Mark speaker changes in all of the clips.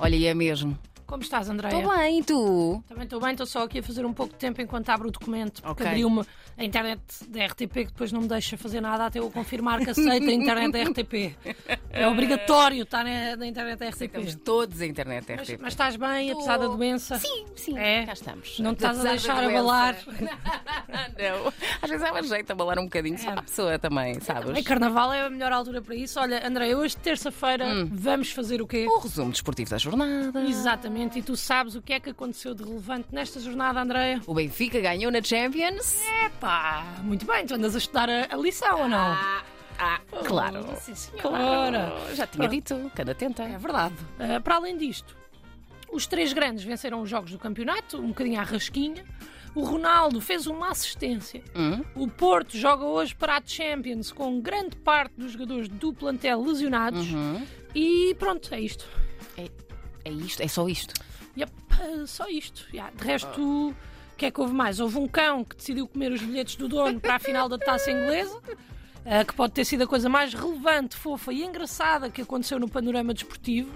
Speaker 1: Olha, e é mesmo. É.
Speaker 2: Como estás, Andréia?
Speaker 1: Estou bem, tu?
Speaker 2: Também estou bem, estou só aqui a fazer um pouco de tempo enquanto abro o documento, porque
Speaker 1: Ok.
Speaker 2: abri uma a internet da RTP que depois não me deixa fazer nada até eu confirmar que aceita a internet da RTP. É obrigatório estar na, na internet da RTP.
Speaker 1: Estamos todos a internet é
Speaker 2: Mas,
Speaker 1: RTP.
Speaker 2: mas estás bem, apesar da doença?
Speaker 1: Sim, sim,
Speaker 2: É?
Speaker 1: cá estamos.
Speaker 2: Não te estás
Speaker 1: Apesar
Speaker 2: a
Speaker 1: da
Speaker 2: deixar
Speaker 1: doença.
Speaker 2: abalar?
Speaker 1: não. Às vezes há um jeito de abalar um bocadinho, só para a pessoa também,
Speaker 2: Bem,
Speaker 1: sabes?
Speaker 2: carnaval é a melhor altura para isso. Olha, André, hoje, terça-feira,
Speaker 1: Hum.
Speaker 2: vamos fazer o quê?
Speaker 1: O resumo desportivo da jornada.
Speaker 2: Exatamente, e tu sabes o que é que aconteceu de relevante nesta jornada, Andréia?
Speaker 1: O Benfica ganhou na Champions.
Speaker 2: Epá, muito bem, tu andas a estudar a, a lição ou não?
Speaker 1: Ah, ah, claro.
Speaker 2: Oh, sim, senhora. Ah,
Speaker 1: Claro. Já tinha dito, cada tenta.
Speaker 2: É verdade. Ah, para além disto, os três grandes venceram os jogos do campeonato, um bocadinho à rasquinha. O Ronaldo fez uma assistência.
Speaker 1: Hum?
Speaker 2: O Porto joga hoje para a Champions com grande parte dos jogadores do plantel lesionados.
Speaker 1: Uhum.
Speaker 2: E pronto, é isto.
Speaker 1: É isto, é só isto.
Speaker 2: Yep, ah, só isto. Ya, De resto, o que é que houve mais? Houve um cão que decidiu comer os bilhetes do dono para a final da taça inglesa, ah, que pode ter sido a coisa mais relevante, fofa e engraçada que aconteceu no panorama desportivo.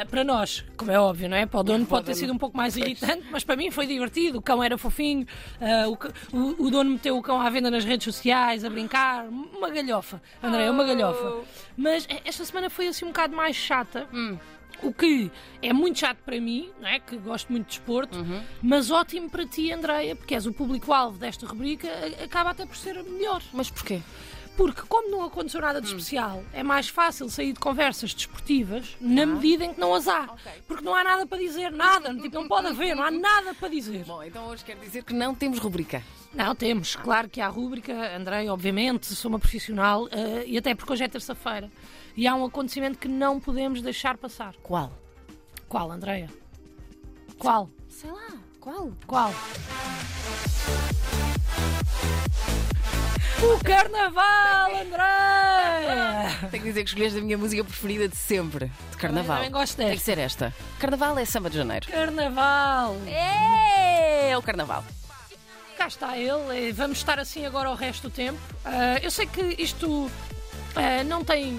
Speaker 2: Ah, para nós, como é óbvio, não é? Para o dono pode ter sido um pouco mais irritante, mas para mim foi divertido. O cão era fofinho, ah, o, c- o- o dono meteu o cão à venda nas redes sociais, a brincar. Uma galhofa, André, uma galhofa. Mas eh, esta semana foi assim um bocado mais chata. O que é muito chato para mim, não é? que gosto muito de desporto, mas ótimo para ti, Andreia, porque és o público-alvo desta rubrica, a- acaba até por ser melhor.
Speaker 1: Mas porquê?
Speaker 2: Porque, como não aconteceu nada de especial, é mais fácil sair de conversas desportivas na medida em que não as há. Porque não há nada para dizer, nada, tipo, não pode haver, não há nada para dizer.
Speaker 1: Bom, então hoje quer dizer que não temos rubrica.
Speaker 2: Não, temos, claro que há rúbrica, Andrei, obviamente, sou uma profissional, eh, e até porque hoje é terça-feira, e há um acontecimento que não podemos deixar passar.
Speaker 1: Qual?
Speaker 2: Qual, Andreia? Qual?
Speaker 1: Sei lá, qual?
Speaker 2: Qual? O carnaval, André!
Speaker 1: Tenho que dizer que escolheste a minha música preferida de sempre, de
Speaker 2: Eu
Speaker 1: carnaval.
Speaker 2: também gosto
Speaker 1: É. Tem que
Speaker 2: desta.
Speaker 1: ser esta. Carnaval é samba de janeiro.
Speaker 2: Carnaval!
Speaker 1: É o carnaval.
Speaker 2: Cá está ele, eh, vamos estar assim agora ao resto do tempo. Ah, eu sei que isto ah, não tem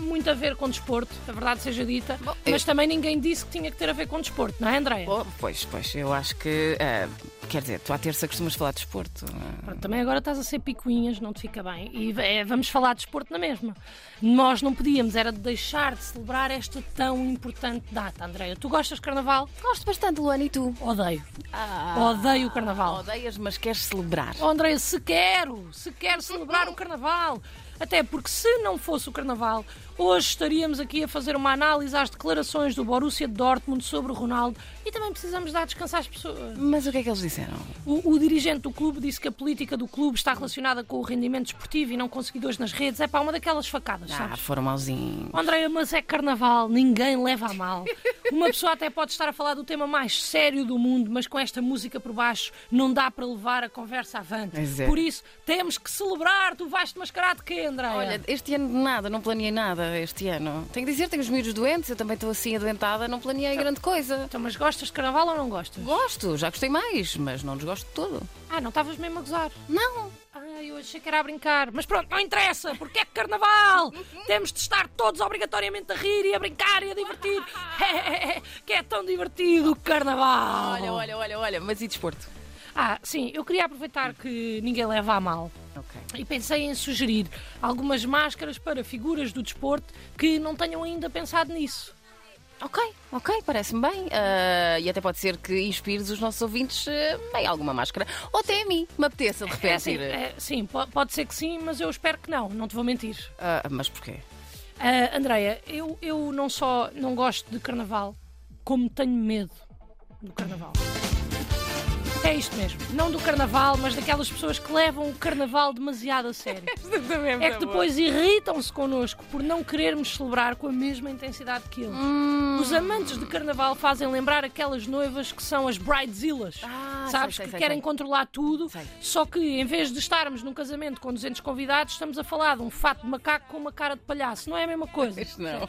Speaker 2: muito a ver com desporto, a verdade seja dita,
Speaker 1: Bom,
Speaker 2: mas também ninguém disse que tinha que ter a ver com desporto, não é, Andréia?
Speaker 1: É. Oh, pois, pois, eu acho que. ah, quer dizer, tu à terça costumas falar de desporto. ah,
Speaker 2: Pronto, também agora estás a ser picuinhas, não te fica bem. E eh, vamos falar de desporto na mesma. Nós não podíamos, era de deixar de celebrar esta tão importante data, Andréia. Tu gostas de carnaval?
Speaker 1: Gosto bastante, Luana, e tu?
Speaker 2: Odeio.
Speaker 1: Ah,
Speaker 2: Odeio o carnaval.
Speaker 1: odeias, mas queres celebrar.
Speaker 2: Oh, Andréia, se quero, se quero celebrar o carnaval. Até porque se não fosse o carnaval, hoje estaríamos aqui a fazer uma análise às declarações do Borussia Dortmund sobre o Ronaldo e também precisamos dar descansar as pessoas.
Speaker 1: Mas o que é que eles disseram?
Speaker 2: O, o dirigente do clube disse que a política do clube está relacionada com o rendimento desportivo e não conseguidores nas redes. É pá, uma daquelas facadas,
Speaker 1: Ah,
Speaker 2: sabes?
Speaker 1: foram mauzinhos.
Speaker 2: Andréia, mas é carnaval, ninguém leva a mal. Uma pessoa até pode estar a falar do tema mais sério do mundo, mas com esta música por baixo não dá para levar a conversa avante.
Speaker 1: Pois é.
Speaker 2: Por isso, temos que celebrar. Tu vais-te mascarar de quê, Andréia?
Speaker 1: Olha, este ano de nada, não planeei nada este ano. Tenho que dizer, tenho os miúdos doentes, eu também estou assim adoentada, não planeei grande coisa.
Speaker 2: Então, mas gostas de carnaval ou não gostas?
Speaker 1: Gosto, já gostei mais, mas não desgosto de todo.
Speaker 2: Ah, não estavas mesmo a gozar.
Speaker 1: Não.
Speaker 2: Ah, eu achei que era a brincar. Mas pronto, não interessa, porque é carnaval! Temos de estar todos obrigatoriamente a rir e a brincar e a divertir. que é tão divertido o carnaval!
Speaker 1: Olha, olha, olha, olha, mas e desporto?
Speaker 2: Ah, sim, eu queria aproveitar que ninguém leva a mal.
Speaker 1: Ok.
Speaker 2: E pensei em sugerir algumas máscaras para figuras do desporto que não tenham ainda pensado nisso.
Speaker 1: Ok, ok, parece-me bem. Ah, e até pode ser que inspires os nossos ouvintes ah, bem alguma máscara. Ou até a mim, me apeteça de
Speaker 2: É
Speaker 1: repente.
Speaker 2: assim,
Speaker 1: ir-
Speaker 2: é, sim, po- pode ser que sim, mas eu espero que não, não te vou mentir.
Speaker 1: Ah, mas porquê?
Speaker 2: Ah, Andreia, eu, eu não só não gosto de carnaval, como tenho medo do carnaval. É isto mesmo. Não do carnaval, mas daquelas pessoas que levam o carnaval demasiado a sério. É que depois irritam-se connosco por não querermos celebrar com a mesma intensidade que eles.
Speaker 1: Hum.
Speaker 2: Os amantes de carnaval fazem lembrar aquelas noivas que são as bridezillas.
Speaker 1: Ah,
Speaker 2: sabes?
Speaker 1: sei, sei,
Speaker 2: que
Speaker 1: sei,
Speaker 2: querem
Speaker 1: sei.
Speaker 2: controlar tudo.
Speaker 1: Sei.
Speaker 2: Só que em vez de estarmos num casamento com 200 convidados, estamos a falar de um fato de macaco com uma cara de palhaço. Não é a mesma coisa.
Speaker 1: Pois não. Hum.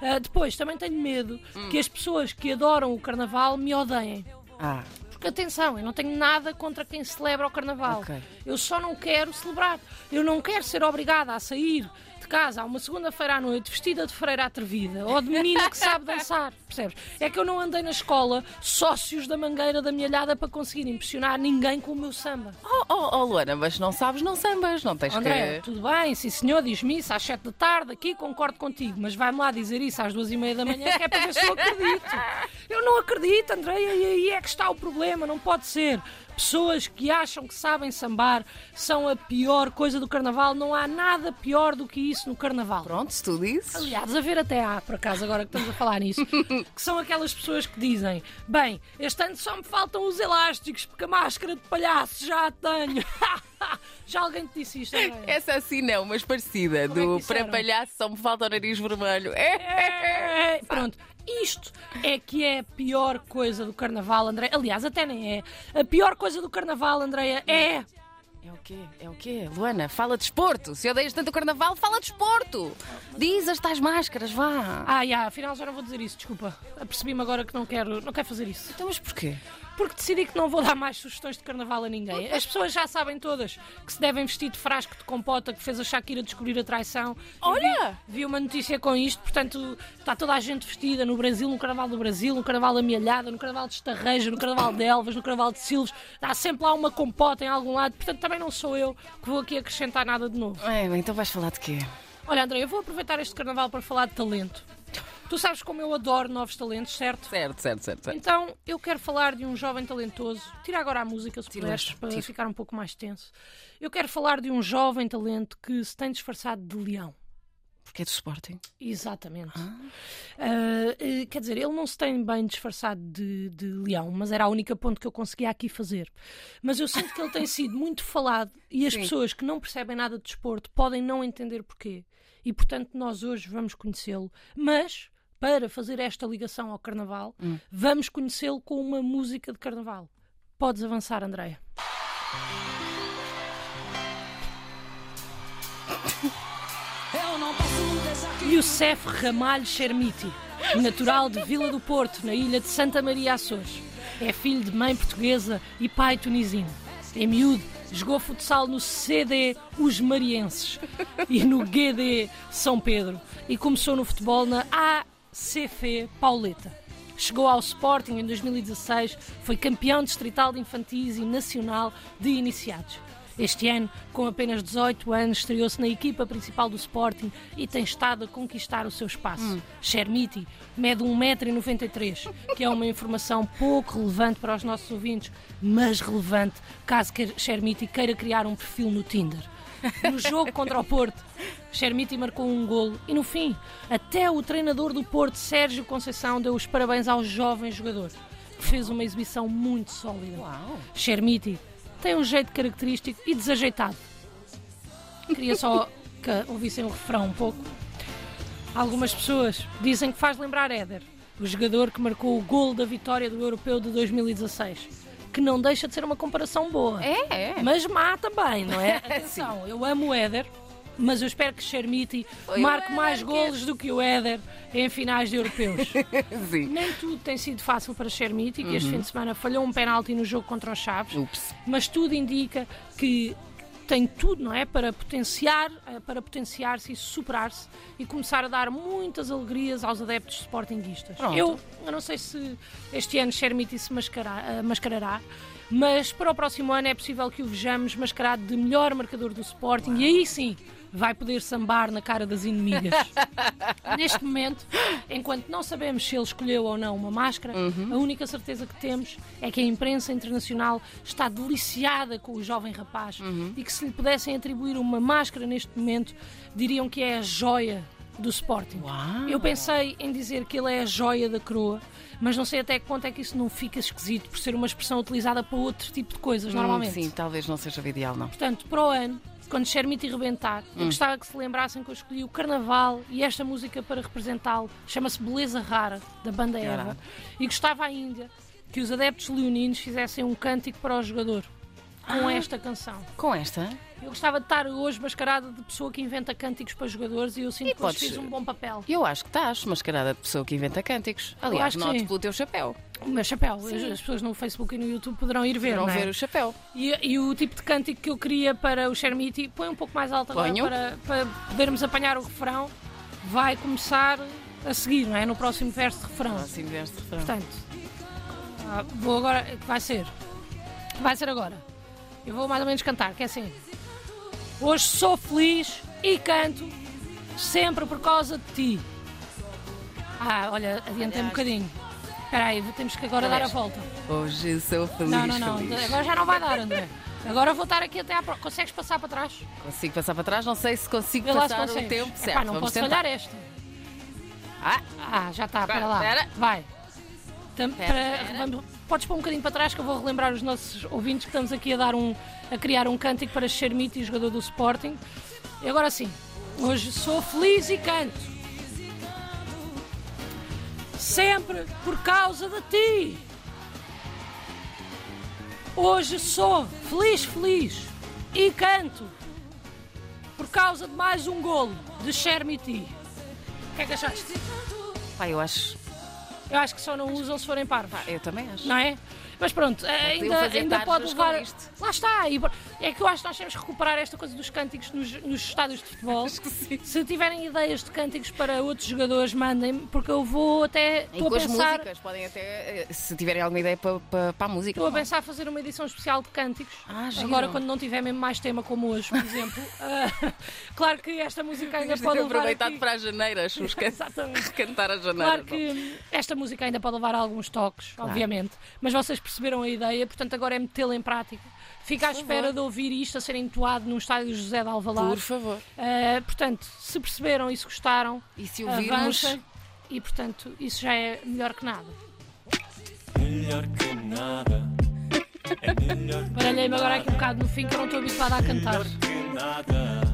Speaker 2: Ah, depois, também tenho medo que as pessoas que adoram o carnaval me odeiem.
Speaker 1: Ah,
Speaker 2: Porque atenção, eu não tenho nada contra quem celebra o carnaval.
Speaker 1: Ok.
Speaker 2: Eu só não quero celebrar. Eu não quero ser obrigada a sair de casa, a uma segunda-feira à noite, vestida de freira atrevida ou de menina que sabe dançar, percebes? É que eu não andei na escola sócios da mangueira da minha alhada para conseguir impressionar ninguém com o meu samba.
Speaker 1: Oh, oh, oh, Luana, mas não sabes, não sambas, não tens
Speaker 2: André,
Speaker 1: que.
Speaker 2: tudo bem, sim senhor, diz-me isso às 7 da tarde, aqui concordo contigo, mas vai-me lá dizer isso às duas e meia da manhã que é para ver se eu acredito. Eu não acredito, André, e aí é que está o problema, não pode ser. Pessoas que acham que sabem sambar são a pior coisa do carnaval, não há nada pior do que isso no carnaval.
Speaker 1: Pronto, se tu dizes.
Speaker 2: Aliás, a ver até há, por acaso, agora que estamos a falar nisso, que são aquelas pessoas que dizem: Bem, este ano só me faltam os elásticos porque a máscara de palhaço já a tenho. já alguém te disse isto? Andréia?
Speaker 1: Essa assim não, mas parecida,
Speaker 2: Como é que
Speaker 1: do
Speaker 2: disseram?
Speaker 1: para palhaço só me falta o nariz vermelho.
Speaker 2: É, Pronto, isto é que é a pior coisa do carnaval, Andréia. Aliás, até nem é. A pior coisa do carnaval, Andréia, é.
Speaker 1: É o quê? É o quê? Luana, fala de esporto. Se odeias tanto o carnaval, fala de esporto. Diz as tais máscaras, vá.
Speaker 2: Ah, já, afinal já não vou dizer isso, desculpa. Apercebi-me agora que não quero, não quero fazer isso.
Speaker 1: Então, mas porquê?
Speaker 2: Porque decidi que não vou dar mais sugestões de carnaval a ninguém. As pessoas já sabem todas que se devem vestir de frasco de compota que fez a Shakira descobrir a traição.
Speaker 1: Olha!
Speaker 2: Vi, vi uma notícia com isto, portanto, está toda a gente vestida no Brasil, no Carnaval do Brasil, no Carnaval da Mialhada, no Carnaval de Estarreja, no Carnaval de Elvas, no Carnaval de Silves. Há sempre lá uma compota em algum lado, portanto, também não sou eu que vou aqui acrescentar nada de novo.
Speaker 1: É, bem, então vais falar de quê?
Speaker 2: Olha, André, eu vou aproveitar este carnaval para falar de talento. Tu sabes como eu adoro novos talentos, certo?
Speaker 1: Certo, certo, certo. certo.
Speaker 2: Então, eu quero falar de um jovem talentoso. Tira agora a música, se
Speaker 1: Tira,
Speaker 2: puderes, para
Speaker 1: tira.
Speaker 2: ficar um pouco mais tenso. Eu quero falar de um jovem talento que se tem disfarçado de leão.
Speaker 1: Porque é do Sporting.
Speaker 2: Exatamente. Ah, eh, quer dizer, ele não se tem bem disfarçado de, de leão, mas era a única ponto que eu conseguia aqui fazer. Mas eu sinto que ele tem sido muito falado e as
Speaker 1: Sim.
Speaker 2: pessoas que não percebem nada de desporto podem não entender porquê. E portanto, nós hoje vamos conhecê-lo. Mas. Para fazer esta ligação ao carnaval, vamos conhecê-lo com uma música de carnaval. Podes avançar, Andreia. Youssef Ramalho Chermiti, natural de Vila do Porto, na ilha de Santa Maria Açores. É filho de mãe portuguesa e pai tunisino. Em miúdo, jogou futsal no CD Os Marienses e no GD São Pedro e começou no futebol na ACF Pauleta. Chegou ao Sporting em 2016, foi campeão distrital de infantis e nacional de iniciados. Este ano, com apenas 18 anos, estreou-se na equipa principal do Sporting e tem estado a conquistar o seu espaço. Chermiti mede 1,93m, que é uma informação pouco relevante para os nossos ouvintes, mas relevante caso que Chermiti queira criar um perfil no Tinder. No jogo contra o Porto, Chermiti marcou um golo e no fim, até o treinador do Porto, Sérgio Conceição, deu os parabéns ao jovem jogador, que fez uma exibição muito sólida.
Speaker 1: Uau.
Speaker 2: Chermiti tem um jeito característico e desajeitado. Queria só que ouvissem o refrão um pouco. Algumas pessoas dizem que faz lembrar Éder, o jogador que marcou o golo da vitória do Europeu de 2016. Que não deixa de ser uma comparação boa.
Speaker 1: É, é.
Speaker 2: Mas mata bem, não é? Atenção, eu amo o Éder, mas eu espero que Chermiti
Speaker 1: Foi
Speaker 2: marque
Speaker 1: o
Speaker 2: mais
Speaker 1: Éder que-
Speaker 2: golos do que o Éder em finais de europeus.
Speaker 1: Sim.
Speaker 2: Nem tudo tem sido fácil para Chermiti, que
Speaker 1: Uhum.
Speaker 2: este fim de semana falhou um penalti no jogo contra os Chaves,
Speaker 1: Ups.
Speaker 2: mas tudo indica que tem tudo, não é, para potenciar, eh, para potenciar-se e superar-se e começar a dar muitas alegrias aos adeptos sportinguistas.
Speaker 1: Pronto.
Speaker 2: Eu, eu não sei se este ano Chermiti se mascará- eh, mascarará, mas para o próximo ano é possível que o vejamos mascarado de melhor marcador do Sporting e aí sim vai poder sambar na cara das inimigas. Neste momento, enquanto não sabemos se ele escolheu ou não uma máscara,
Speaker 1: Uhum.
Speaker 2: a única certeza que temos é que a imprensa internacional está deliciada com o jovem rapaz
Speaker 1: Uhum.
Speaker 2: e que se lhe pudessem atribuir uma máscara neste momento, diriam que é a joia do Sporting.
Speaker 1: Uau.
Speaker 2: Eu pensei em dizer que ele é a joia da coroa, mas não sei até que ponto é que isso não fica esquisito por ser uma expressão utilizada para outro tipo de coisas, normalmente.
Speaker 1: Hum, Sim, talvez não seja o ideal, não.
Speaker 2: Portanto, para o ano, quando Chermiti rebentar,
Speaker 1: Hum.
Speaker 2: eu gostava que se lembrassem que eu escolhi o Carnaval e esta música para representá-lo. Chama-se Beleza Rara, da banda Eva.
Speaker 1: Caralho.
Speaker 2: E gostava ainda que os adeptos leoninos fizessem um cântico para o jogador com
Speaker 1: Ah.
Speaker 2: esta canção.
Speaker 1: Com esta,
Speaker 2: Eu gostava de estar hoje mascarada de pessoa que inventa cânticos para jogadores e eu sinto
Speaker 1: E
Speaker 2: que hoje
Speaker 1: podes-
Speaker 2: fiz um bom papel.
Speaker 1: eu acho que estás mascarada de pessoa que inventa cânticos. Aliás,
Speaker 2: acho que
Speaker 1: noto
Speaker 2: sim.
Speaker 1: pelo teu chapéu.
Speaker 2: O meu chapéu.
Speaker 1: Sim.
Speaker 2: As pessoas no Facebook e no YouTube poderão ir ver.
Speaker 1: Verão
Speaker 2: não é?
Speaker 1: ver o chapéu.
Speaker 2: E, e o tipo de cântico que eu queria para o Chermiti, põe um pouco mais alto agora
Speaker 1: Ponho.
Speaker 2: para, para podermos apanhar o refrão, vai começar a seguir, não é? No próximo verso de refrão.
Speaker 1: Ah, sim, veste refrão.
Speaker 2: Portanto, ah, vou agora. Vai ser. Vai ser agora. Eu vou mais ou menos cantar, que é assim. Hoje sou feliz e canto sempre por causa de ti. Ah, olha, adiantei um
Speaker 1: Aliás.
Speaker 2: bocadinho. Espera aí, temos que agora dar a
Speaker 1: Aliás.
Speaker 2: volta.
Speaker 1: Hoje sou feliz,
Speaker 2: Não, não, não.
Speaker 1: feliz.
Speaker 2: Agora já não vai dar, André. Agora vou estar aqui até à próxima. Consegues passar para trás?
Speaker 1: Consigo passar para trás, não sei se consigo
Speaker 2: Vê lá se
Speaker 1: passar
Speaker 2: consegues.
Speaker 1: o tempo certo.
Speaker 2: Epá, não
Speaker 1: Vamos
Speaker 2: posso
Speaker 1: tentar.
Speaker 2: falhar esta.
Speaker 1: Ah,
Speaker 2: Ah, já está,
Speaker 1: Espera,
Speaker 2: para lá.
Speaker 1: espera.
Speaker 2: Vai. Tam-
Speaker 1: Espera,
Speaker 2: para-
Speaker 1: espera.
Speaker 2: vamos- podes pôr um bocadinho para trás que eu vou relembrar os nossos ouvintes que estamos aqui a dar um a criar um cântico para Xermite, jogador do Sporting. E agora sim, hoje sou feliz e canto. Sempre por causa de ti. Hoje sou feliz, feliz e canto por causa de mais um golo de Xermiti. O que é que achaste?
Speaker 1: pá, eu acho.
Speaker 2: Eu acho que só não usam se forem parvos,
Speaker 1: Eu também acho.
Speaker 2: não é? Mas pronto, ainda,
Speaker 1: fazer
Speaker 2: ainda pode
Speaker 1: tarjas com
Speaker 2: levar.
Speaker 1: isto.
Speaker 2: Lá está! e É que eu acho que nós temos que recuperar esta coisa dos cânticos nos, nos estádios de futebol.
Speaker 1: Acho que sim.
Speaker 2: Se tiverem ideias de cânticos para outros jogadores, mandem-me, porque eu vou até.
Speaker 1: E
Speaker 2: Estou a
Speaker 1: com as
Speaker 2: pensar.
Speaker 1: músicas, podem até, eh, se tiverem alguma ideia para, para, para a música.
Speaker 2: Estou a pensar fazer uma edição especial de cânticos.
Speaker 1: Ah, giro.
Speaker 2: Agora, quando não tiver mesmo mais tema como hoje, por exemplo. Ah, claro que esta música ainda
Speaker 1: Tínhamos de
Speaker 2: pode
Speaker 1: ter
Speaker 2: levar.
Speaker 1: aproveitado
Speaker 2: Aqui...
Speaker 1: para as janeiras, os can-
Speaker 2: Exatamente.
Speaker 1: cantar as janeiras.
Speaker 2: Claro que hum, esta música ainda pode levar a alguns toques, obviamente, mas vocês perceberam a ideia, portanto agora é metê-la em prática. Fica à
Speaker 1: Por
Speaker 2: espera
Speaker 1: favor.
Speaker 2: de ouvir isto a ser entoado num estádio José de Alvalade.
Speaker 1: Por favor.
Speaker 2: Uh, portanto, se perceberam e se gostaram,
Speaker 1: E se ouvirmos.
Speaker 2: avancem. E portanto, isso já é melhor que nada.
Speaker 3: Melhor que nada. É melhor
Speaker 2: Baralhei-me agora aqui um bocado no fim que eu não estou habituada a cantar.
Speaker 3: que nada.